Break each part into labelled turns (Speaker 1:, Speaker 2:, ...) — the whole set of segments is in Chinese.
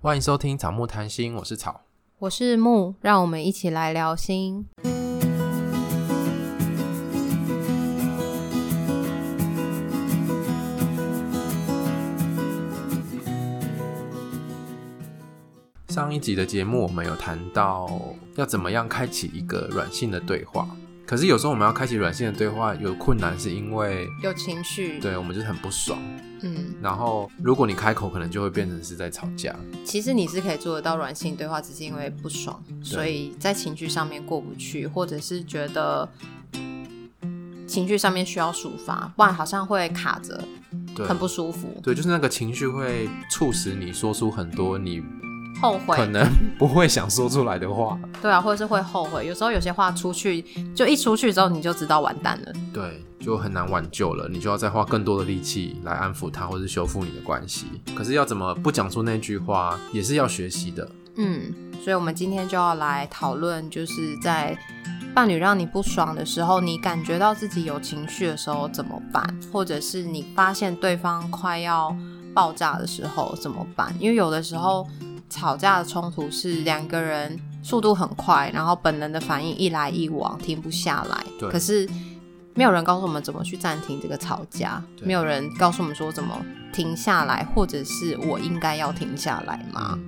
Speaker 1: 欢迎收听草木谈心，我是草。
Speaker 2: 我是木，让我们一起来聊心。
Speaker 1: 上一集的节目，我们有谈到要怎么样开启一个软性的对话。可是有时候我们要开启软性的对话有困难，是因为
Speaker 2: 有情绪，，
Speaker 1: 对我们就是很不爽。
Speaker 2: 嗯，
Speaker 1: 然后如果你开口，可能就会变成是在吵架。
Speaker 2: 其实你是可以做得到软性对话，只是因为不爽，所以在情绪上面过不去，或者是觉得情绪上面需要抒发，不然好像会卡着，
Speaker 1: 对，
Speaker 2: 很不舒服，
Speaker 1: 对，就是那个情绪会促使你说出很多你
Speaker 2: 后
Speaker 1: 可
Speaker 2: 悔，
Speaker 1: 能 不会想说出来的话。
Speaker 2: 对啊，或者是会后悔。有时候有些话出去，就一出去之后你就知道完蛋了，
Speaker 1: 对，就很难挽救了。你就要再花更多的力气来安抚他，或是修复你的关系。可是要怎么不讲出那句话，也是要学习的。
Speaker 2: 嗯，所以我们今天就要来讨论，就是在伴侣让你不爽的时候，你感觉到自己有情绪的时候怎么办，或者是你发现对方快要爆炸的时候怎么办？因为有的时候吵架的冲突是两个人速度很快，然后本能的反应一来一往，停不下来。
Speaker 1: 对
Speaker 2: 可是没有人告诉我们怎么去暂停这个吵架，
Speaker 1: 对
Speaker 2: 没有人告诉我们说怎么停下来，或者是我应该要停下来吗？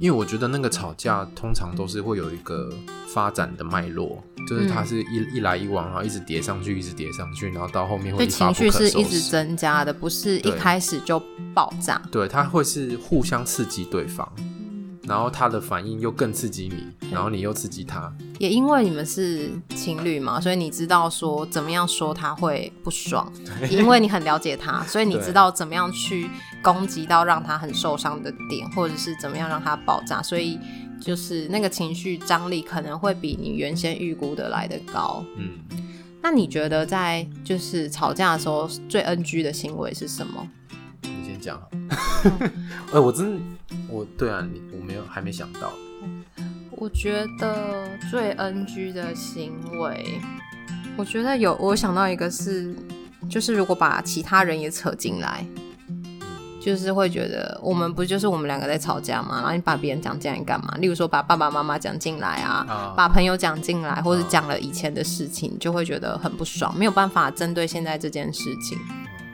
Speaker 1: 因为我觉得那个吵架通常都是会有一个发展的脉络，就是它
Speaker 2: 嗯
Speaker 1: 是一、一来一往，然后一直叠上去，一直叠上去，然后到后面会
Speaker 2: 对，
Speaker 1: 一发
Speaker 2: 情
Speaker 1: 不
Speaker 2: 绪
Speaker 1: 可
Speaker 2: 是
Speaker 1: 收
Speaker 2: 一直
Speaker 1: 拾
Speaker 2: 增加的，不是一
Speaker 1: 对
Speaker 2: 开始就爆炸。
Speaker 1: 对，它会是互相刺激对方，然后他的反应又更刺激你，然后你又刺激他，
Speaker 2: 也因为你们是情侣嘛，所以你知道说怎么样说他会不爽，因为你很了解他，所以你
Speaker 1: 对
Speaker 2: 知道怎么样去攻击到让他很受伤的点，或者是怎么样让他爆炸，所以就是那个情绪张力可能会比你原先预估的来的高。
Speaker 1: 嗯。
Speaker 2: 那你觉得在就是吵架的时候最 NG 的行为是什么？
Speaker 1: 你先讲。 哎、我真的我对啊，你我没有还没想到。
Speaker 2: 我觉得最 NG 的行为，我觉得有我想到一个是，就是如果把其他人也扯进来，就是会觉得我们不就是我们两个在吵架嘛，然后你把别人讲进来干嘛？例如说把爸爸妈妈讲进来啊，
Speaker 1: 啊
Speaker 2: 把朋友讲进来，或者讲了以前的事情，就会觉得很不爽，没有办法针对现在这件事情。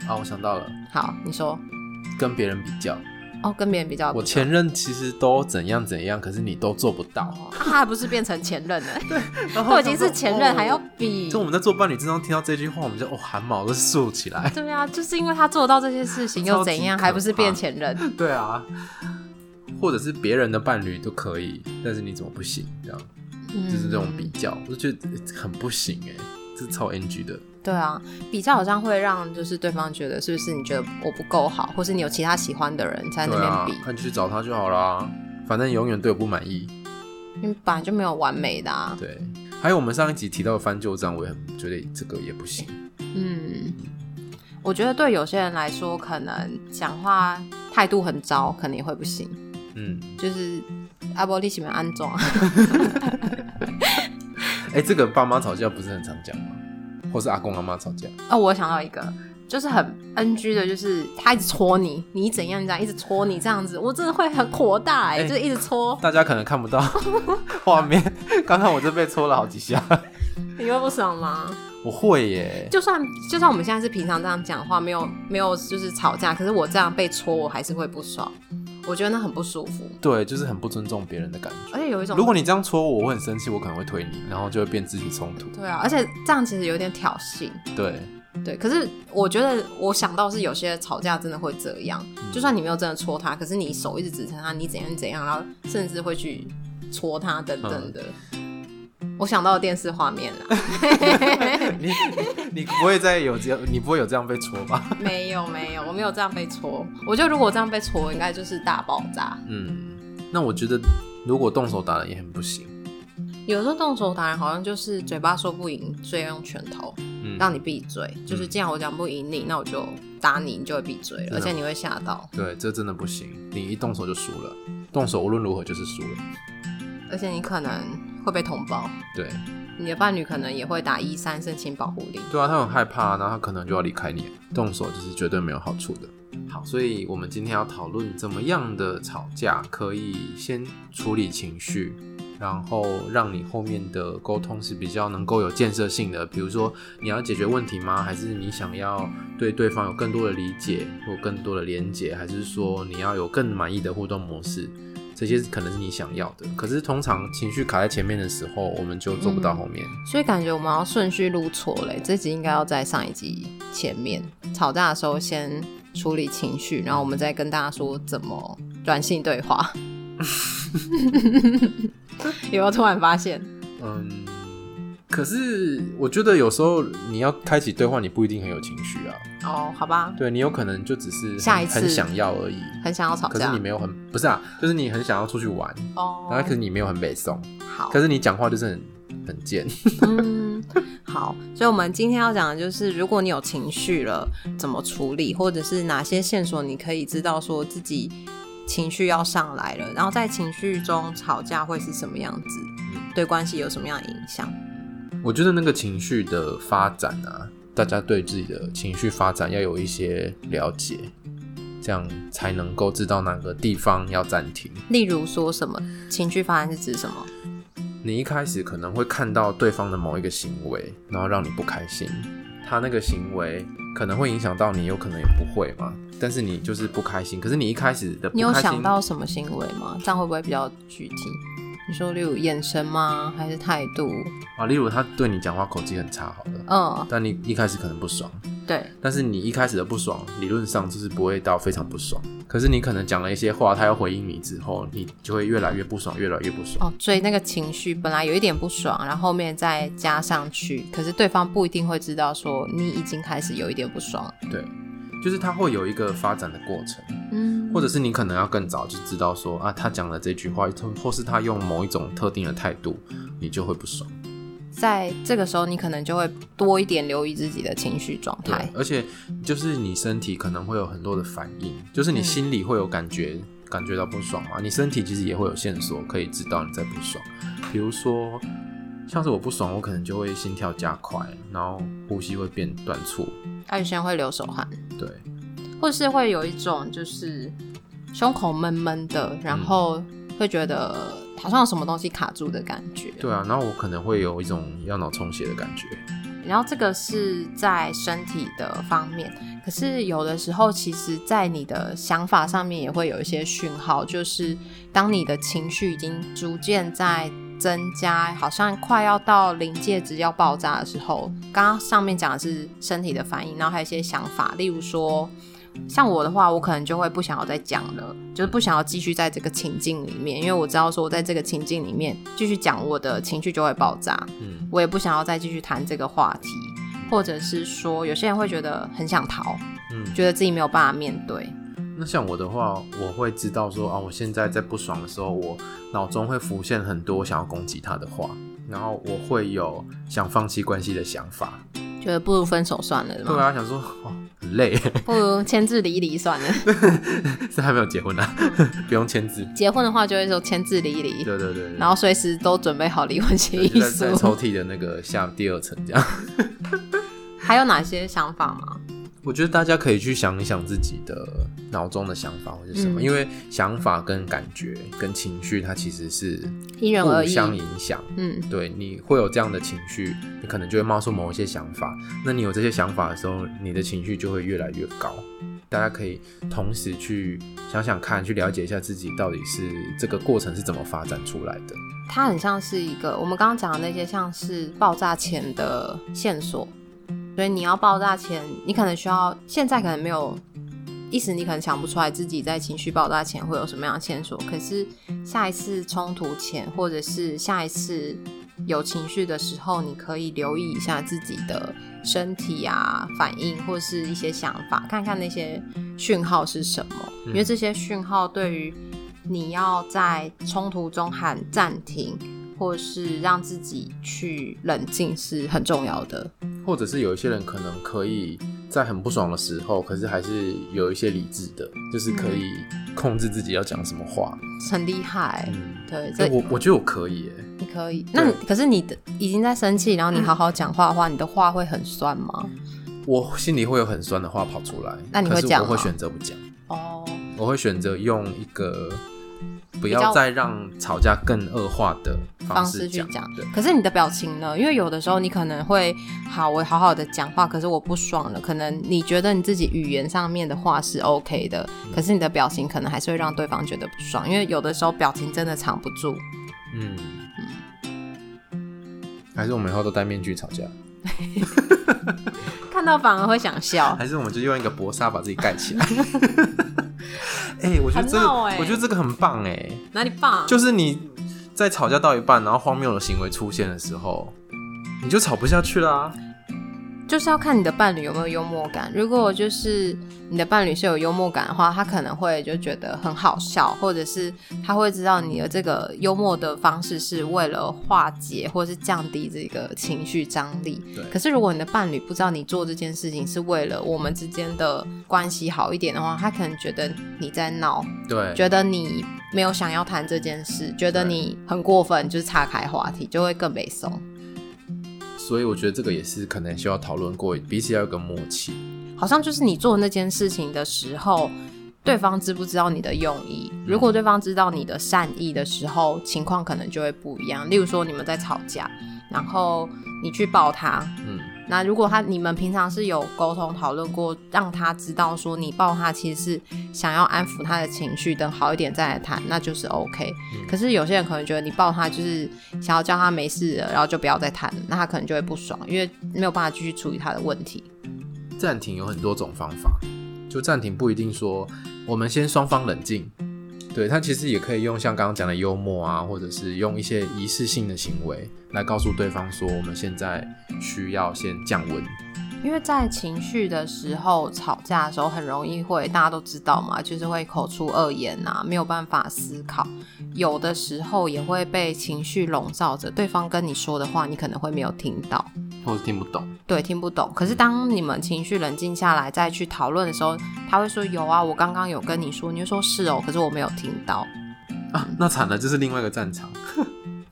Speaker 1: 啊，我想到了，
Speaker 2: 好，你说
Speaker 1: 跟别人比较，
Speaker 2: 哦，跟别人比较
Speaker 1: 我前任其实都怎样怎样，可是你都做不到。
Speaker 2: 哦，他还不是变成前任了？
Speaker 1: 然后
Speaker 2: 都
Speaker 1: 我
Speaker 2: 已经
Speaker 1: 想说
Speaker 2: 是前任，还要
Speaker 1: 哦
Speaker 2: 比？
Speaker 1: 就我们在做伴侣之中听到这句话，我们就哦汗毛都竖起 来。
Speaker 2: 对啊，就是因为他做到这些事情又怎样，
Speaker 1: 超级可怕
Speaker 2: 还不是变前任？
Speaker 1: 对啊，或者是别人的伴侣都可以，但是你怎么不行？这样就是这种比
Speaker 2: 嗯。
Speaker 1: 较，我就觉得欸很不行哎、这超 NG 的。
Speaker 2: 对啊，比较好像会让就是对方觉得是不是你觉得我不够好，或是你有其他喜欢的人在那
Speaker 1: 对
Speaker 2: 边
Speaker 1: 啊
Speaker 2: 比，，
Speaker 1: 那你去找他就好啦，反正永远对我不满意。
Speaker 2: 你本来就没有完美的啊。
Speaker 1: 对，还有我们上一集提到的翻旧账，我也很觉得这个也不行。
Speaker 2: 嗯，我觉得对有些人来说，可能讲话态度很糟，可能也会不行。
Speaker 1: 嗯，
Speaker 2: 就是啊阿波利喜欢安啊装，
Speaker 1: 哎、这个爸妈吵架不是很常讲吗？或是阿公阿妈吵架？
Speaker 2: 哦，我想到一个，就是很 NG 的，就是他一直戳你，你怎样这样，一直戳你这样子，我真的会很火大、欸，
Speaker 1: 哎
Speaker 2: 就是一直戳。
Speaker 1: 大家可能看不到 画面，刚刚我就被戳了好几下。
Speaker 2: 你会不爽吗？
Speaker 1: 我会耶，
Speaker 2: 就算就算我们现在是平常这样讲话，没有没有就是吵架，可是我这样被戳，我还是会不爽，我觉得那很不舒服，
Speaker 1: 对，就是很不尊重别人的感觉。
Speaker 2: 而且有一种
Speaker 1: 如果你这样戳我，我会很生气，我可能会推你，然后就会变肢体冲突。
Speaker 2: 对啊，而且这样其实有点挑衅，
Speaker 1: 对，
Speaker 2: 对。可是我觉得我想到是有些吵架真的会这样，
Speaker 1: 嗯
Speaker 2: 就算你没有真的戳他，可是你手一直指着他，你怎样怎样，然后甚至会去戳他等
Speaker 1: 嗯
Speaker 2: 等的。我想到的电视画面 啦，
Speaker 1: 你你你不会再有这样，你不会有这样被戳吧？
Speaker 2: 没有没有，我没有这样被戳。我觉得如果我这样被戳，应该就是大爆炸。
Speaker 1: 嗯，那我觉得如果动手打人也很不行。
Speaker 2: 有时候动手打人好像就是嘴巴说不赢，所以用拳头
Speaker 1: 嗯，
Speaker 2: 让你闭嘴。就是既然我讲不赢你，那我就打你，你就会闭嘴了，
Speaker 1: 的
Speaker 2: 而且你会吓到，
Speaker 1: 对，这真的不行，你一动手就输了，动手无论如何就是输了。
Speaker 2: 而且你可能会被通报，
Speaker 1: 对，
Speaker 2: 你的伴侣可能也会打一三申请保护令。
Speaker 1: 啊对啊，他很害怕，然后他可能就要离开你，动手就是绝对没有好处的。好，所以我们今天要讨论怎么样的吵架可以先处理情绪，然后让你后面的沟通是比较能够有建设性的。比如说，你要解决问题吗？还是你想要对对方有更多的理解或更多的连接？还是说你要有更满意的互动模式？这些可能是你想要的，可是通常情绪卡在前面的时候，我们就做不到后面。
Speaker 2: 所以感觉我们要顺序录错嘞，这集应该要在上一集前面吵架的时候先处理情绪，然后我们再跟大家说怎么软性对 话。 有没有突然发现？
Speaker 1: 嗯，可是我觉得有时候你要开启对话，你不一定很有情绪啊。
Speaker 2: 哦，好吧，
Speaker 1: 对你有可能就只是很
Speaker 2: 下一次
Speaker 1: 很想要而已，
Speaker 2: 很想要吵
Speaker 1: 可是
Speaker 2: 架
Speaker 1: 你没有很不是啊，就是你很想要出去玩，然后
Speaker 2: 哦
Speaker 1: 可。是你没有很北宋，
Speaker 2: 好，
Speaker 1: 可是你讲话就是很很贱。
Speaker 2: 嗯，好，所以我们今天要讲的就是，如果你有情绪了，怎么处理，或者是哪些线索你可以知道说自己情绪要上来了，然后在情绪中吵架会是什么样子，对关系有什么样的影响？
Speaker 1: 我觉得那个情绪的发展啊，大家对自己的情绪发展要有一些了解，这样才能够知道哪个地方要暂停。
Speaker 2: 例如说什么情绪发展是指什么？
Speaker 1: 你一开始可能会看到对方的某一个行为，然后让你不开心，他那个行为可能会影响到你，有可能也不会嘛。但是你就是不开心，可是你一开始的不
Speaker 2: 你有
Speaker 1: 开心
Speaker 2: 想到什么行为吗？这样会不会比较具体？你说，例如眼神吗？还是态度？
Speaker 1: 啊，例如他对你讲话口气很差，好了，
Speaker 2: 嗯，
Speaker 1: 但你一开始可能不爽，
Speaker 2: 对，
Speaker 1: 但是你一开始的不爽，理论上就是不会到非常不爽。可是你可能讲了一些话，他要回应你之后，你就会越来越不爽，越来越不爽。
Speaker 2: 哦，所以那个情绪本来有一点不爽，然后后面再加上去，可是对方不一定会知道说你已经开始有一点不爽，
Speaker 1: 对，就是他会有一个发展的过程，
Speaker 2: 嗯，
Speaker 1: 或者是你可能要更早就知道说啊，他讲了这句话，或或是他用某一种特定的态度，你就会不爽。
Speaker 2: 在这个时候你可能就会多一点留意自己的情绪状
Speaker 1: 对
Speaker 2: 态，，
Speaker 1: 而且就是你身体可能会有很多的反应，就是你心里会有感觉，感觉到不爽嘛，你身体其实也会有线索可以知道你在不爽，比如说像是我不爽，我可能就会心跳加快，然后呼吸会变短促，
Speaker 2: 还有些人会流手汗，
Speaker 1: 对，
Speaker 2: 或是会有一种就是胸口闷闷的，然后会觉得好像有什么东西卡住的感觉，
Speaker 1: 对啊，然后我可能会有一种要脑充血的感觉，
Speaker 2: 然后这个是在身体的方面，可是有的时候，其实，在你的想法上面也会有一些讯号，就是当你的情绪已经逐渐在增加，好像快要到临界值要爆炸的时候，刚刚上面讲的是身体的反应，然后还有一些想法，例如说。像我的话，我可能就会不想要再讲了，就是不想要继续在这个情境里面，因为我知道说我在这个情境里面继续讲，我的情绪就会爆炸。
Speaker 1: 嗯，
Speaker 2: 我也不想要再继续谈这个话题，或者是说有些人会觉得很想逃，
Speaker 1: 嗯
Speaker 2: 觉得自己没有办法面对。
Speaker 1: 那像我的话，我会知道说啊，我现在在不爽的时候，我脑中会浮现很多想要攻击他的话，然后我会有想放弃关系的想法。
Speaker 2: 觉得不如分手算了嘛，
Speaker 1: 对啊，想说哦，很累，
Speaker 2: 不如签字离一离算了。
Speaker 1: 是还没有结婚啊， 不用签字。
Speaker 2: 结婚的话就会说签字离一离，
Speaker 1: 对对对，对
Speaker 2: 然后随时都准备好离婚协
Speaker 1: 对
Speaker 2: 议
Speaker 1: 就在在抽
Speaker 2: 书。
Speaker 1: 屉的那个下第二层这样。
Speaker 2: 还有哪些想法吗？
Speaker 1: 我觉得大家可以去想一想自己的脑中的想法或者什么，
Speaker 2: 嗯
Speaker 1: 因为想法跟感觉跟情绪它其实是
Speaker 2: 因人而
Speaker 1: 互
Speaker 2: 异。
Speaker 1: 相影响。
Speaker 2: 嗯，
Speaker 1: 对，你会有这样的情绪，你可能就会冒出某一些想法。那你有这些想法的时候，你的情绪就会越来越高。大家可以同时去想想看，去了解一下自己到底是这个过程是怎么发展出来的。
Speaker 2: 它很像是一个我们刚刚讲的那些，像是爆炸前的线索。所以你要爆炸前，你可能需要现在可能没有一时，你可能想不出来自己在情绪爆炸前会有什么样的线索。可是下一次冲突前，或者是下一次有情绪的时候，你可以留意一下自己的身体啊、反应或是一些想法，看看那些讯号是什么。因为这些讯号对于你要在冲突中喊暂停，或是让自己去冷静是很重要的。
Speaker 1: 或者是有一些人可能可以在很不爽的时候，可是还是有一些理智的，就是
Speaker 2: 嗯
Speaker 1: 可以控制自己要讲什么话。
Speaker 2: 很厉害，
Speaker 1: 嗯，
Speaker 2: 对，这
Speaker 1: 欸我我觉得我可以耶，
Speaker 2: 你可以。那你可是你的已经在生气，然后你好好讲话的话，你的话会很酸吗？
Speaker 1: 我心里会有很酸的话跑出来，
Speaker 2: 那你会
Speaker 1: 可是
Speaker 2: 讲
Speaker 1: 我会
Speaker 2: 吗
Speaker 1: 选择不讲，
Speaker 2: 哦，
Speaker 1: 我会选择用一个不
Speaker 2: 比
Speaker 1: 要
Speaker 2: 较
Speaker 1: 再让吵架更恶化的
Speaker 2: 方
Speaker 1: 式
Speaker 2: 式去
Speaker 1: 讲
Speaker 2: 讲，
Speaker 1: 对。
Speaker 2: 可是你的表情呢？因为有的时候你可能会好，我好好的讲话，可是我不爽了。可能你觉得你自己语言上面的话是 OK 的，可是你的表情可能还是会让对方觉得不爽，因为有的时候表情真的藏不住。
Speaker 1: 嗯，还是我们以后都戴面具吵架，
Speaker 2: 看到反而会想 笑。
Speaker 1: 还是我们就用一个薄纱把自己盖起 来？哎、我觉得这
Speaker 2: 很
Speaker 1: 个，
Speaker 2: 闹欸
Speaker 1: 我觉得这个很棒哎、
Speaker 2: 哪里棒？
Speaker 1: 就是你在吵架到一半，然后荒谬的行为出现的时候，你就吵不下去啦、
Speaker 2: 就是要看你的伴侣有没有幽默感。如果就是你的伴侣是有幽默感的话，他可能会就觉得很好笑，或者是他会知道你的这个幽默的方式是为了化解或是降低这个情绪张力
Speaker 1: 对。
Speaker 2: 可是如果你的伴侣不知道你做这件事情是为了我们之间的关系好一点的话，他可能觉得你在闹，
Speaker 1: 对，
Speaker 2: 觉得你没有想要谈这件事，觉得
Speaker 1: 对
Speaker 2: 你很过分，就是岔开话题，就会更被怂。
Speaker 1: 所以我觉得这个也是可能需要讨论过，彼此要有个默契。
Speaker 2: 好像就是你做那件事情的时候，对方知不知道你的用意？如果对方知道你的善意的时候，情况可能就会不一样。例如说你们在吵架，然后你去抱他，
Speaker 1: 嗯，
Speaker 2: 那如果他你们平常是有沟通讨论过，让他知道说你抱他其实是想要安抚他的情绪，等好一点再来谈，那就是 OK。可是有些人可能觉得你抱他就是想要叫他没事了，然后就不要再谈，那他可能就会不爽，因为没有办法继续处理他的问题。
Speaker 1: 暂停有很多种方法，就暂停不一定说我们先双方冷静，对他其实也可以用像刚刚讲的幽默啊，或者是用一些仪式性的行为来告诉对方说我们现在需要先降温。
Speaker 2: 因为在情绪的时候吵架的时候，很容易会大家都知道嘛，就是会口出恶言啊，没有办法思考。有的时候也会被情绪笼罩着，对方跟你说的话，你可能会没有听到，
Speaker 1: 或是听不懂，
Speaker 2: 对，听不懂。可是当你们情绪冷静下来再去讨论的时候，他会说：“有啊，我刚刚有跟你说。”你就说：“是哦，可是我没有听到。”
Speaker 1: 啊，那惨了，这是另外一个战场。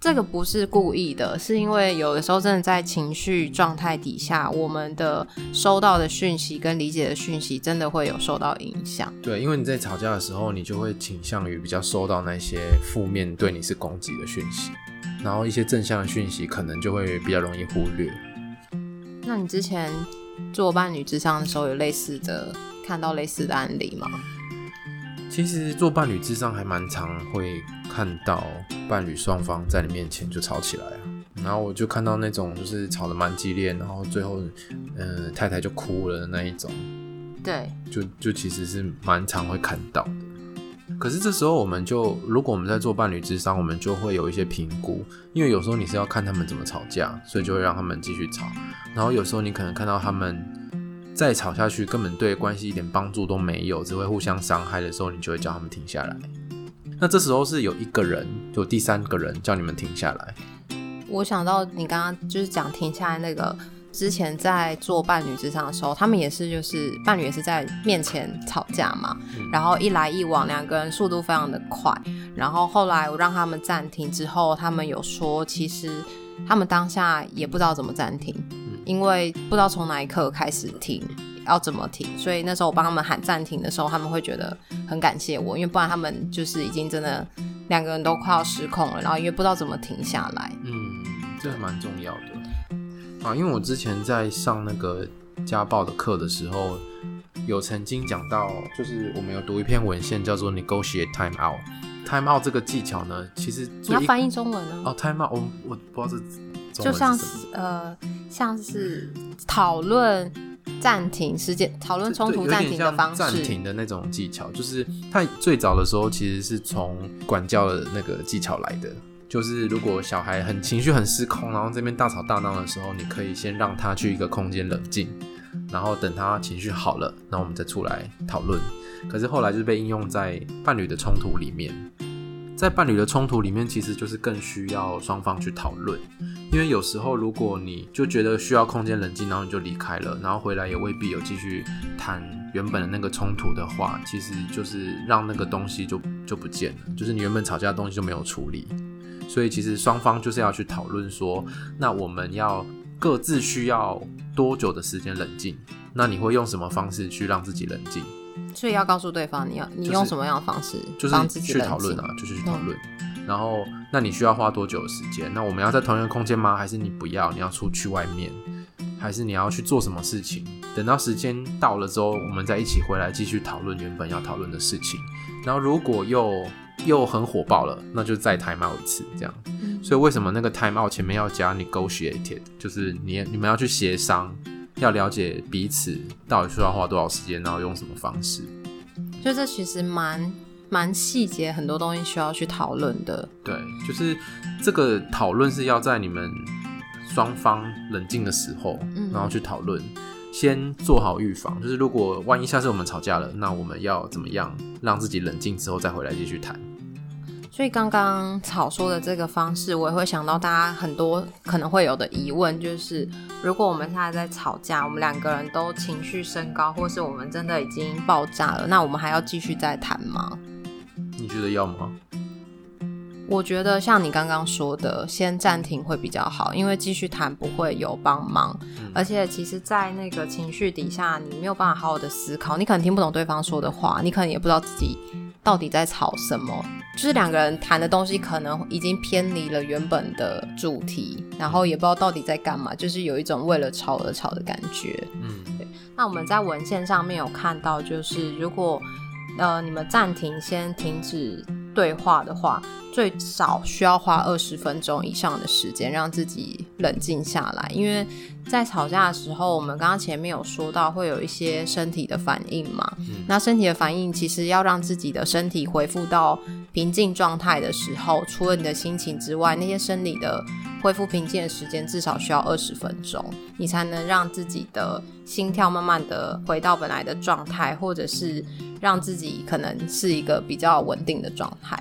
Speaker 2: 这个不是故意的，是因为有的时候真的在情绪状态底下，我们的收到的讯息跟理解的讯息真的会有受到影响。
Speaker 1: 对，因为你在吵架的时候，你就会倾向于比较收到那些负面对你是攻击的讯息，然后一些正向的讯息可能就会比较容易忽略。
Speaker 2: 那你之前做伴侣之上的时候，有类似的看到类似的案例吗？
Speaker 1: 其实做伴侣智商还蛮常会看到伴侣双方在你面前就吵起来啊，然后我就看到那种就是吵得蛮激烈，然后最后，呃，太太就哭了的那一种，
Speaker 2: 对，
Speaker 1: 就就其实是蛮常会看到的。可是这时候我们就，如果我们在做伴侣智商，我们就会有一些评估，因为有时候你是要看他们怎么吵架，所以就会让他们继续吵。然后有时候你可能看到他们再吵下去，根本对关系一点帮助都没有，只会互相伤害的时候，你就会叫他们停下来。那这时候是有一个人，有第三个人叫你们停下来，
Speaker 2: 我想到你刚刚就是讲停下来那个，之前在做伴侣之上的时候，他们也是就是伴侣也是在面前吵架嘛，然后一来一往，两个人速度非常的快。然后后来我让他们暂停之后，他们有说其实他们当下也不知道怎么暂停，因为不知道从哪一刻开始停。要怎么停？所以那时候我帮他们喊暂停的时候，他们会觉得很感谢我，因为不然他们就是已经真的两个人都快要失控了，然后因为不知道怎么停下来。
Speaker 1: 嗯，这还蛮重要的啊，因为我之前在上那个家暴的课的时候，有曾经讲到，就是我们有读一篇文献叫做 “negotiate time out”。time out 这个技巧呢，其实
Speaker 2: 你
Speaker 1: 最
Speaker 2: 要
Speaker 1: 一
Speaker 2: 翻译中文呢、
Speaker 1: 哦，time out，我我不知道这中文
Speaker 2: 就像
Speaker 1: 是什么
Speaker 2: 是呃，像是讨论暂停时间、讨论冲突
Speaker 1: 对
Speaker 2: 暂
Speaker 1: 有点
Speaker 2: 停的
Speaker 1: 像
Speaker 2: 方
Speaker 1: 暂
Speaker 2: 式。
Speaker 1: 停的那种技巧，就是它最早的时候其实是从管教的那个技巧来的。就是如果小孩很情绪很失控，然后这边大吵大闹的时候，你可以先让他去一个空间冷静，然后等他情绪好了，然后我们再出来讨论。可是后来就是被应用在伴侣的冲突里面，在伴侣的冲突里面，其实就是更需要双方去讨论。因为有时候如果你就觉得需要空间冷静，然后你就离开了，然后回来也未必有继续谈原本的那个冲突的话，其实就是让那个东西就就不见了，就是你原本吵架的东西就没有处理。所以其实双方就是要去讨论说，那我们要各自需要多久的时间冷静，那你会用什么方式去让自己冷静？
Speaker 2: 所以要告诉对方你要你
Speaker 1: 就是
Speaker 2: 用什么样的方式
Speaker 1: 就
Speaker 2: 帮
Speaker 1: 是
Speaker 2: 自己
Speaker 1: 去
Speaker 2: 冷
Speaker 1: 讨论
Speaker 2: 静嗯
Speaker 1: 啊，就是去讨论。然后，那你需要花多久的时间？那我们要在同一个空间吗？还是你不要？你要出去外面，还是你要去做什么事情？等到时间到了之后，我们再一起回来继续讨论原本要讨论的事情。然后，如果又又很火爆了，那就再 time out 一次，这样。
Speaker 2: 嗯
Speaker 1: 所以为什么那个 time out 前面要加 negotiated，就是你你们要去协商，要了解彼此到底需要花多少时间，然后用什么方式。
Speaker 2: 就这其实蛮蛮细节，很多东西需要去讨论的。
Speaker 1: 对，就是这个讨论是要在你们双方冷静的时候，
Speaker 2: 嗯
Speaker 1: 然后去讨论，先做好预防。就是如果万一下次我们吵架了，那我们要怎么样让自己冷静之后再回来继续谈？
Speaker 2: 所以刚刚草说的这个方式，我也会想到大家很多可能会有的疑问，就是如果我们现在在吵架，我们两个人都情绪升高，或是我们真的已经爆炸了，那我们还要继续再谈吗？
Speaker 1: 你觉得要吗？
Speaker 2: 我觉得像你刚刚说的，先暂停会比较好，因为继续谈不会有帮忙，而且其实，在那个情绪底下，你没有办法好好的思考，你可能听不懂对方说的话，你可能也不知道自己到底在吵什么，就是两个人谈的东西可能已经偏离了原本的主题，然后也不知道到底在干嘛，就是有一种为了吵而吵的感觉。
Speaker 1: 嗯，
Speaker 2: 那我们在文献上面有看到，就是如果呃你们暂停先停止对话的话，最少需要花二十分钟以上的时间让自己冷静下来，因为在吵架的时候，我们刚刚前面有说到会有一些身体的反应嘛，
Speaker 1: 嗯
Speaker 2: 那身体的反应其实要让自己的身体恢复到平静状态的时候，除了你的心情之外，那些生理的恢复平静的时间至少需要二十分钟，你才能让自己的心跳慢慢的回到本来的状态，或者是让自己可能是一个比较稳定的状态。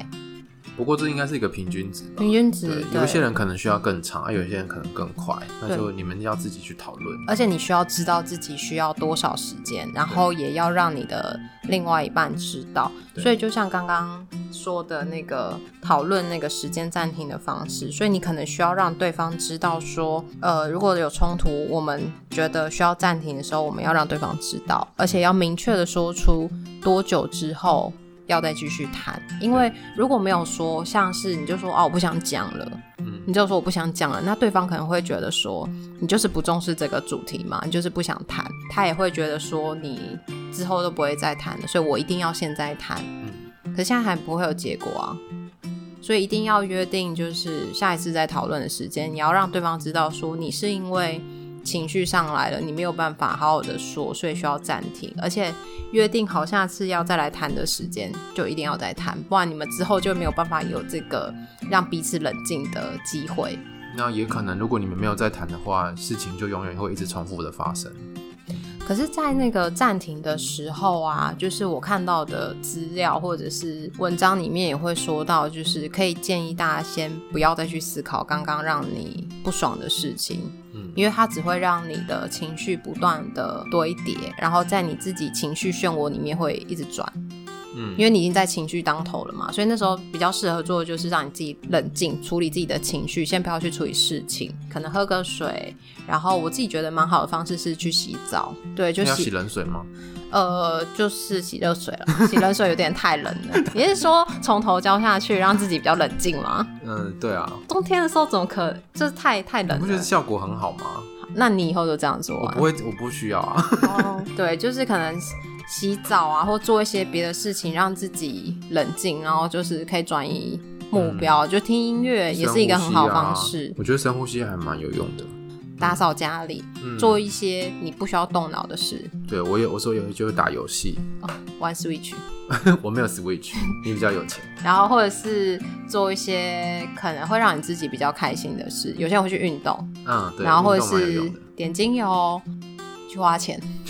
Speaker 1: 不过这应该是一个平均值吧。
Speaker 2: 平均值
Speaker 1: 对，有一些人可能需要更长，啊有一些人可能更快，那就你们要自己去讨论。
Speaker 2: 而且你需要知道自己需要多少时间，然后也要让你的另外一半知道。
Speaker 1: 对
Speaker 2: 所以就像刚刚说的那个讨论那个时间暂停的方式，所以你可能需要让对方知道说，呃，如果有冲突，我们觉得需要暂停的时候，我们要让对方知道，而且要明确的说出多久之后。要再继续谈，因为如果没有说，像是你就说哦，我不想讲了，
Speaker 1: 嗯
Speaker 2: 你就说我不想讲了，那对方可能会觉得说你就是不重视这个主题嘛，你就是不想谈，他也会觉得说你之后都不会再谈了，所以我一定要现在谈，
Speaker 1: 嗯
Speaker 2: 可现在还不会有结果啊，所以一定要约定就是下一次再讨论的时间，你要让对方知道说你是因为情绪上来了，你没有办法好好的说，所以需要暂停，而且约定好下次要再来谈的时间，就一定要再谈，不然你们之后就没有办法有这个让彼此冷静的机会。
Speaker 1: 那也可能，如果你们没有再谈的话，事情就永远会一直重复的发生。
Speaker 2: 可是，在那个暂停的时候啊，就是我看到的资料或者是文章里面也会说到，就是可以建议大家先不要再去思考刚刚让你不爽的事情，
Speaker 1: 嗯
Speaker 2: 因为它只会让你的情绪不断的堆叠，然后在你自己情绪漩涡里面会一直转，
Speaker 1: 嗯
Speaker 2: 因为你已经在情绪当头了嘛，所以那时候比较适合做的就是让你自己冷静，处理自己的情绪，先不要去处理事情，可能喝个水，然后我自己觉得蛮好的方式是去洗澡，对，就
Speaker 1: 那要
Speaker 2: 洗
Speaker 1: 洗冷水吗？
Speaker 2: 呃，就是洗热水了，洗热水有点太冷 了。你是说从头浇下去，让自己比较冷静吗？
Speaker 1: 嗯，对啊，
Speaker 2: 冬天的时候怎么可就是太太
Speaker 1: 你
Speaker 2: 冷
Speaker 1: 不觉得
Speaker 2: 了？
Speaker 1: 效果很好吗？
Speaker 2: 那你以后就这样做
Speaker 1: 我
Speaker 2: 啊
Speaker 1: 不？会，我不需要啊。
Speaker 2: 哦， 对，就是可能洗澡啊，或做一些别的事情，让自己冷静，然后就是可以转移目标，
Speaker 1: 嗯
Speaker 2: 就听 音乐哎也是一个很好的方
Speaker 1: 深呼吸
Speaker 2: 式
Speaker 1: 啊。我觉得深呼吸还蛮有用的。
Speaker 2: 打扫家里，
Speaker 1: 嗯
Speaker 2: 做一些你不需要动脑的事，
Speaker 1: 对我有，我说有就会打游戏，
Speaker 2: 玩 Switch。
Speaker 1: 我没有 Switch，你比较有钱。
Speaker 2: 然后或者是做一些可能会让你自己比较开心的事，有些人会去运动，
Speaker 1: 嗯，对，
Speaker 2: 然后或
Speaker 1: 运
Speaker 2: 者
Speaker 1: 动蛮有用
Speaker 2: 是
Speaker 1: 的。
Speaker 2: 点精油，去花钱，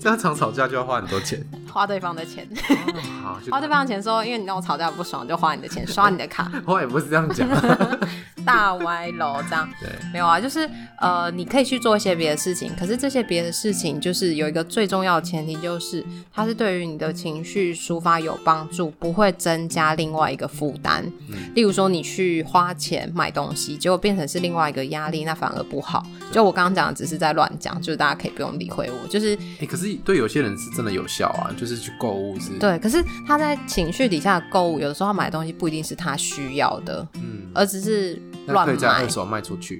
Speaker 1: 这样常吵架就要花很多钱。
Speaker 2: 花对方 的钱。
Speaker 1: 哦好，就
Speaker 2: 花对方的钱说，因为你让我吵架不爽，就花你的钱，刷你的卡，
Speaker 1: 我也不是这样讲，啊
Speaker 2: 大歪楼这样。
Speaker 1: 对，
Speaker 2: 没有啊，就是呃，你可以去做一些别的事情，可是这些别的事情就是有一个最重要的前提，就是它是对于你的情绪抒发有帮助，不会增加另外一个负担。
Speaker 1: 嗯
Speaker 2: 例如说，你去花钱买东西，结果变成是另外一个压力，那反而不好。就我刚刚讲的，只是在乱讲，就是大家可以不用理会我，就是
Speaker 1: 哎、可是对有些人是真的有效啊，就是去购物是，，
Speaker 2: 对。可是他在情绪底下购物，有的时候他买的东西不一定是他需要的，
Speaker 1: 嗯，
Speaker 2: 而只是
Speaker 1: 那
Speaker 2: 乱
Speaker 1: 可以在
Speaker 2: 买
Speaker 1: 二。手卖出去，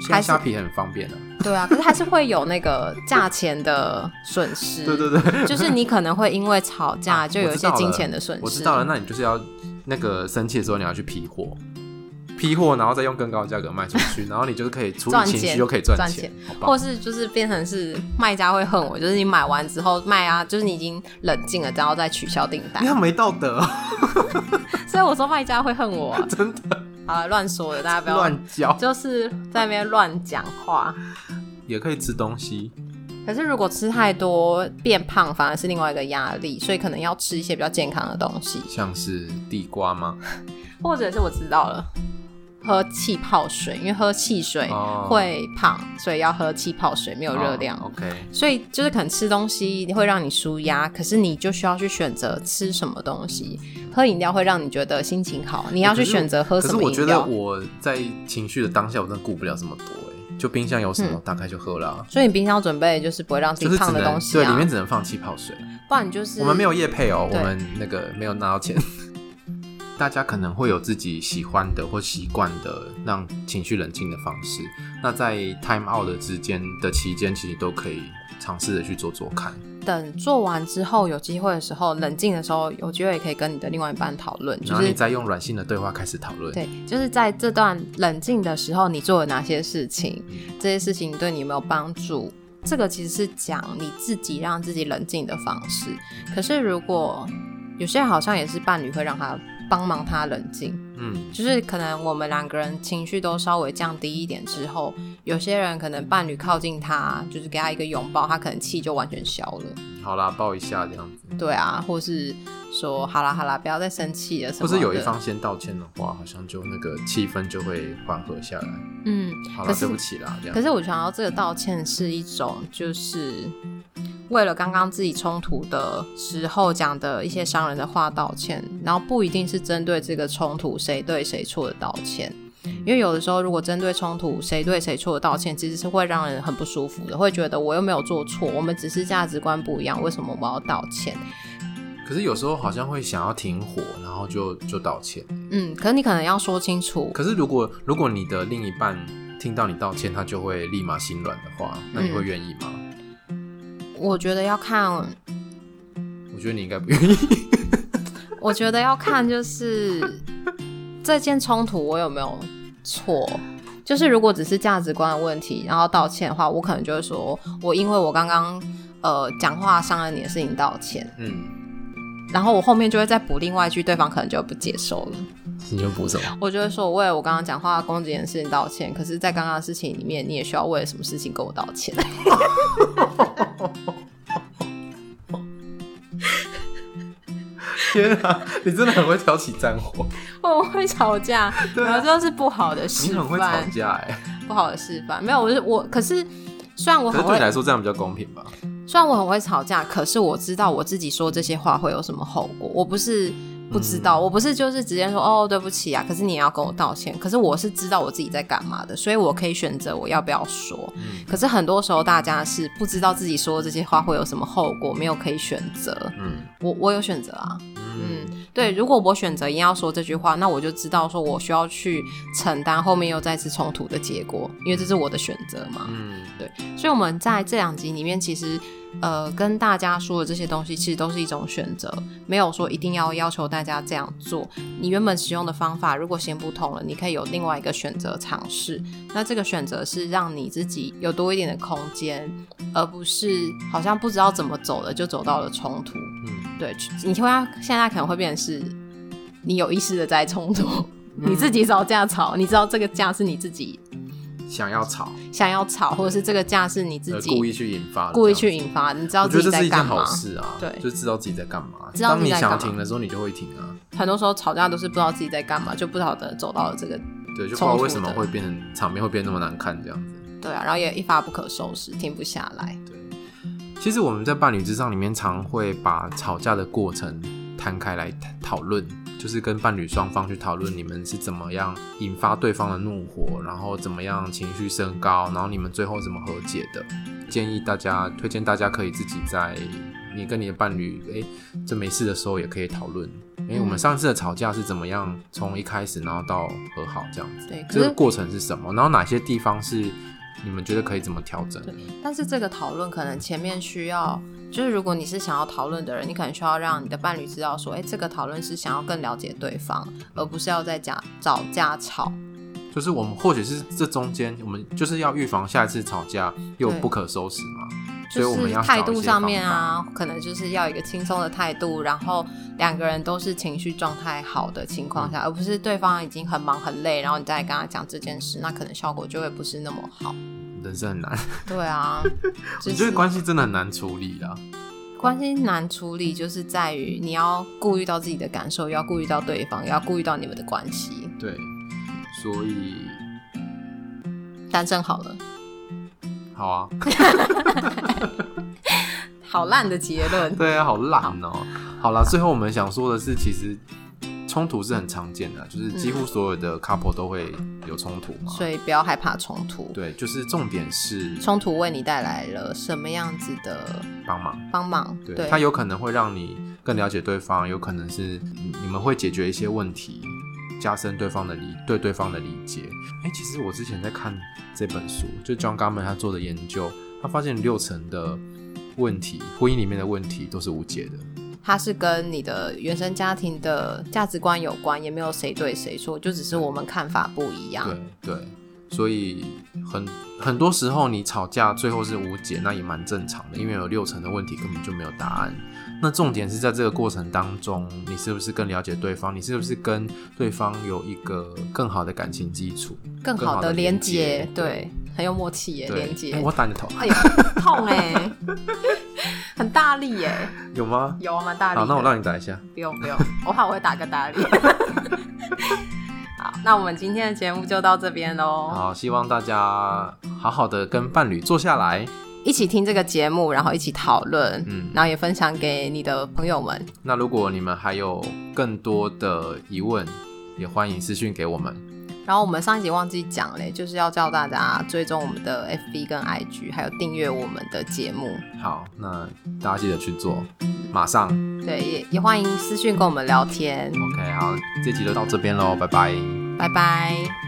Speaker 1: 现
Speaker 2: 还
Speaker 1: 在
Speaker 2: 是
Speaker 1: 虾皮很方便的、啊，
Speaker 2: 对啊，可是还是会有那个价钱的损失。
Speaker 1: 对对对，
Speaker 2: 就是你可能会因为吵架
Speaker 1: 啊
Speaker 2: 就有一些金钱的损失。
Speaker 1: 我知道了，那你就是要那个生气的时候你要去批货，批货然后再用更高的价格卖出去，然后你就是可以处理
Speaker 2: 赚
Speaker 1: 情绪
Speaker 2: 钱
Speaker 1: 又可以赚
Speaker 2: 赚
Speaker 1: 钱，好棒
Speaker 2: 或是就是变成是卖家会恨我，就是你买完之后卖啊，就是你已经冷静了，然后再取消订单
Speaker 1: 你，好没道德、 哦，。
Speaker 2: 所以我说卖家会恨我、啊
Speaker 1: 真的
Speaker 2: 好了，乱说的，大家不要，
Speaker 1: 乱教，
Speaker 2: 就是在那边乱讲话。
Speaker 1: 也可以吃东西，
Speaker 2: 可是如果吃太多变胖，反而是另外一个压力，所以可能要吃一些比较健康的东西，
Speaker 1: 像是地瓜吗？
Speaker 2: 或者是我知道了。喝气泡水，因为喝汽水
Speaker 1: 哦
Speaker 2: 会胖所以要喝气泡水，没有热量。
Speaker 1: 哦 OK，
Speaker 2: 所以就是可能吃东西会让你舒压，可是你就需要去选择吃什么东西。喝饮料会让你觉得心情好，你要去选择喝
Speaker 1: 可
Speaker 2: 什
Speaker 1: 是
Speaker 2: 么
Speaker 1: 我觉
Speaker 2: 饮
Speaker 1: 得
Speaker 2: 料。
Speaker 1: 我在情绪的当下，我真的顾不了这么多、哎，就冰箱有什么大概就喝了、啊。
Speaker 2: 所以你冰箱准备就是不会让嗯自
Speaker 1: 就
Speaker 2: 己
Speaker 1: 是只
Speaker 2: 胖的
Speaker 1: 能
Speaker 2: 东西
Speaker 1: 对，
Speaker 2: 啊，
Speaker 1: 里面只能放气泡水。
Speaker 2: 不然你就是
Speaker 1: 我们没有业配哦，我
Speaker 2: 嗯对
Speaker 1: 们那个没有拿到 钱。大家可能会有自己喜欢的或习惯的让情绪冷静的方式，那在 time out 的之间的期间，其实都可以尝试的去做做看。
Speaker 2: 等做完之后有机会的时候，冷静的时候，有机会也可以跟你的另外一半讨论，就
Speaker 1: 然后你
Speaker 2: 是
Speaker 1: 再用软性的对话开始讨论。
Speaker 2: 对，就是在这段冷静的时候，你做了哪些事情？
Speaker 1: 嗯
Speaker 2: 这些事情对你有没有帮助？这个其实是讲你自己让自己冷静的方式。可是如果有些人好像也是伴侣会让他帮忙他冷静，
Speaker 1: 嗯，
Speaker 2: 就是可能我们两个人情绪都稍微降低一点之后，有些人可能伴侣靠近他，就是给他一个拥抱，他可能气就完全消了。
Speaker 1: 好啦，抱一下这样子。
Speaker 2: 对啊，或是说好啦好啦，不要再生气了什
Speaker 1: 或
Speaker 2: 么的。
Speaker 1: 是有一方先道歉的话，好像就那个气氛就会缓和下来。
Speaker 2: 嗯，
Speaker 1: 好
Speaker 2: 可
Speaker 1: 了，
Speaker 2: 是
Speaker 1: 对不起啦，这样。
Speaker 2: 嗯可是我想到这个道歉是一种，就是为了刚刚自己冲突的时候讲的一些伤人的话道歉，然后不一定是针对这个冲突谁对谁错的道歉。因为有的时候，如果针对冲突谁对谁错的道歉，其实是会让人很不舒服的，会觉得我又没有做错，我们只是价值观不一样，为什么我要道歉？
Speaker 1: 可是有时候好像会想要停火，然后就就道歉。
Speaker 2: 嗯，可是你可能要说清楚，
Speaker 1: 可是如果如果你的另一半听到你道歉，他就会立马心软的话，
Speaker 2: 嗯
Speaker 1: 那你会愿意吗？
Speaker 2: 我觉得要看
Speaker 1: 我觉得你应该不愿 意。
Speaker 2: 我觉得要看就是这件冲突我有没有错。就是如果只是价值观的问题，然后道歉的话，我可能就会说，我因为我刚刚呃讲话伤了你的事情道歉，
Speaker 1: 嗯，
Speaker 2: 然后我后面就会再补另外一句，对方可能就不接受了。
Speaker 1: 你就补什 么？
Speaker 2: 我就会说，我为了我刚刚讲话攻击你的事情道歉，可是，在刚刚的事情里面，你也需要为了什么事情跟我道歉？
Speaker 1: 天啊，你真的很会挑起战火，
Speaker 2: 我会吵架，
Speaker 1: 对啊
Speaker 2: 然后这是不好的
Speaker 1: 你
Speaker 2: 示
Speaker 1: 很会吵
Speaker 2: 范，
Speaker 1: 架哎。
Speaker 2: 不好的示范。没有，我是我，可是虽然我
Speaker 1: 可是
Speaker 2: 很
Speaker 1: 对
Speaker 2: 会
Speaker 1: 你来说这样比较公平吧？
Speaker 2: 虽然我很会吵架，可是我知道我自己说这些话会有什么后果。我不是不知
Speaker 1: 嗯
Speaker 2: 道，我不是就是直接说哦对不起啊，可是你也要跟我道歉。可是我是知道我自己在干嘛的，所以我可以选择我要不要说。
Speaker 1: 嗯
Speaker 2: 可是很多时候大家是不知道自己说这些话会有什么后果，没有可以选择。
Speaker 1: 嗯
Speaker 2: 我我有选择啊，
Speaker 1: 嗯，
Speaker 2: 嗯，对。如果我选择一定要说这句话，那我就知道说我需要去承担后面又再次冲突的结果，因为这是我的选择嘛。
Speaker 1: 嗯，
Speaker 2: 所以我们在这两集里面，其实呃跟大家说的这些东西，其实都是一种选择，没有说一定要要求大家这样做。你原本使用的方法如果行不通了，你可以有另外一个选择尝试。那这个选择是让你自己有多一点的空间，而不是好像不知道怎么走了就走到了冲突。
Speaker 1: 嗯
Speaker 2: 对，你会要现在可能会变成是你有意识的在冲突，你自己找架吵，你知道这个架是你自己
Speaker 1: 嗯想要吵，
Speaker 2: 想要吵，或者是这个架是你自
Speaker 1: 呃，
Speaker 2: 己
Speaker 1: 故意去引发的，
Speaker 2: 故意去引发，你知
Speaker 1: 这样
Speaker 2: 道
Speaker 1: 子。我觉得这是
Speaker 2: 自己在
Speaker 1: 一件
Speaker 2: 干嘛
Speaker 1: 好。事啊，
Speaker 2: 对
Speaker 1: 就知道自己在干嘛。
Speaker 2: 知道
Speaker 1: 当
Speaker 2: 自
Speaker 1: 你
Speaker 2: 己在干
Speaker 1: 想
Speaker 2: 嘛
Speaker 1: 停的时候，你就会停啊。
Speaker 2: 很多时候吵架都是不知道自己在干嘛，就不晓得走到了这个
Speaker 1: 对，就不知道
Speaker 2: 冲突
Speaker 1: 为什么
Speaker 2: 的
Speaker 1: 会变成场面会变那么难看这样子。
Speaker 2: 对啊，然后也一发不可收拾，停不下来。
Speaker 1: 对，其实我们在伴侣之上里面常会把吵架的过程摊开来讨讨论，就是跟伴侣双方去讨论你们是怎么样引发对方的怒火，然后怎么样情绪升高，然后你们最后怎么呃和解的。建议大家，推荐大家可以自己在你跟你的伴侣，诶，这没事的时候也可以讨论。诶，我们
Speaker 2: 嗯
Speaker 1: 上次的吵架是怎么样，从一开始然后到和好这样子，
Speaker 2: 对，可
Speaker 1: 这个
Speaker 2: 是
Speaker 1: 过程是什么？然后哪些地方是你们觉得可以怎么调整？
Speaker 2: 但是这个讨论可能前面需要，就是如果你是想要讨论的人，你可能需要让你的伴侣知道说，哎，这个讨论是想要更了解对方，而不是要在假找架吵。
Speaker 1: 就是我们或许是这中间，我们就是要预防下一次吵架又不可收拾嘛，所以我
Speaker 2: 就
Speaker 1: 们
Speaker 2: 是
Speaker 1: 要
Speaker 2: 态
Speaker 1: 找一
Speaker 2: 度
Speaker 1: 些
Speaker 2: 上面
Speaker 1: 方法。
Speaker 2: 啊，可能就是要一个轻松的态度，然后两个人都是情绪状态好的情
Speaker 1: 嗯
Speaker 2: 况下，而不是对方已经很忙很累，然后你再跟他讲这件事，那可能效果就会不是那么好。
Speaker 1: 人生很难，
Speaker 2: 对 啊，
Speaker 1: 我
Speaker 2: 就
Speaker 1: 觉得
Speaker 2: 是
Speaker 1: 关系真的很难处理啦。
Speaker 2: 关系难处理，就是在于你要顾虑到自己的感受，也要顾虑到对方，也要顾虑到你们的关系。
Speaker 1: 对，所以
Speaker 2: 单身好了，
Speaker 1: 好啊，
Speaker 2: 好烂的结论。
Speaker 1: 对啊，好烂哦、好啦，最后我们想说的是，其实冲突是很常见的，就是几
Speaker 2: 嗯
Speaker 1: 乎所有的 couple 都会有冲突嘛。
Speaker 2: 所以不要害怕冲突，
Speaker 1: 对，就是重点是
Speaker 2: 冲突为你带来了什么样子的
Speaker 1: 帮忙。
Speaker 2: 帮忙？
Speaker 1: 对，
Speaker 2: 对，
Speaker 1: 它有可能会让你更了解对方，有可能是你你们会解决一些问题，加深对方的理对对方的理解。哎、其实我之前在看这本书，就 John Gurman 他做的研究，他发现六成的问题，婚姻里面的问题都是无解的。
Speaker 2: 它是跟你的原生家庭的价值观有关，也没有谁对谁错，就只是我们看法不一样。
Speaker 1: 对对，所以很很多时候你吵架最后是无解，那也蛮正常的，因为有六成的问题根本就没有答案。那重点是在这个过程当中，你是不是更了解对方？你是不是跟对方有一个更好的感情基础？
Speaker 2: 更
Speaker 1: 好
Speaker 2: 好
Speaker 1: 的
Speaker 2: 的
Speaker 1: 连
Speaker 2: 连接
Speaker 1: 接，
Speaker 2: 对，很有默契耶，
Speaker 1: 对，
Speaker 2: 连接
Speaker 1: 哎。我打你头，
Speaker 2: 哎呦，痛哎， 很大力耶，
Speaker 1: 有吗？
Speaker 2: 有啊蛮大力
Speaker 1: 好，
Speaker 2: 的。
Speaker 1: 那我让你打一下。
Speaker 2: 不用不用，我怕我会打个大力。 好，那我们今天的节目就到这边喽，
Speaker 1: 好，希望大家好好的跟伴侣坐下来。
Speaker 2: 一起听这个节目，然后一起讨论，
Speaker 1: 嗯
Speaker 2: 然后也分享给你的朋友们。
Speaker 1: 那如果你们还有更多的疑问，也欢迎私讯给我们。
Speaker 2: 然后我们上一集忘记讲嘞，就是要叫大家追踪我们的 FB 跟 IG，还有订阅我们的节目。
Speaker 1: 好，那大家记得去做，马上。
Speaker 2: 对，也也欢迎私讯跟我们聊天，
Speaker 1: OK，好，这集就到这边喽，拜拜。
Speaker 2: 拜拜。